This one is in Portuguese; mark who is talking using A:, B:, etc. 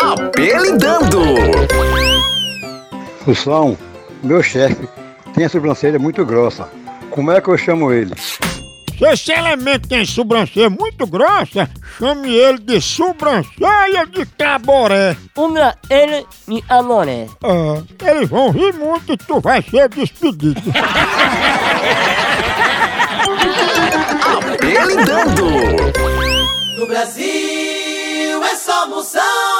A: Apelidando.
B: Função, meu chefe tem a sobrancelha muito grossa. Como é que eu chamo ele?
C: Se esse elemento tem sobrancelha muito grossa, chame ele de sobrancelha de caboré.
D: Uma ele e a loré.
C: É, eles vão rir muito e tu vai ser despedido.
A: Apelidando.
E: No Brasil é só moção.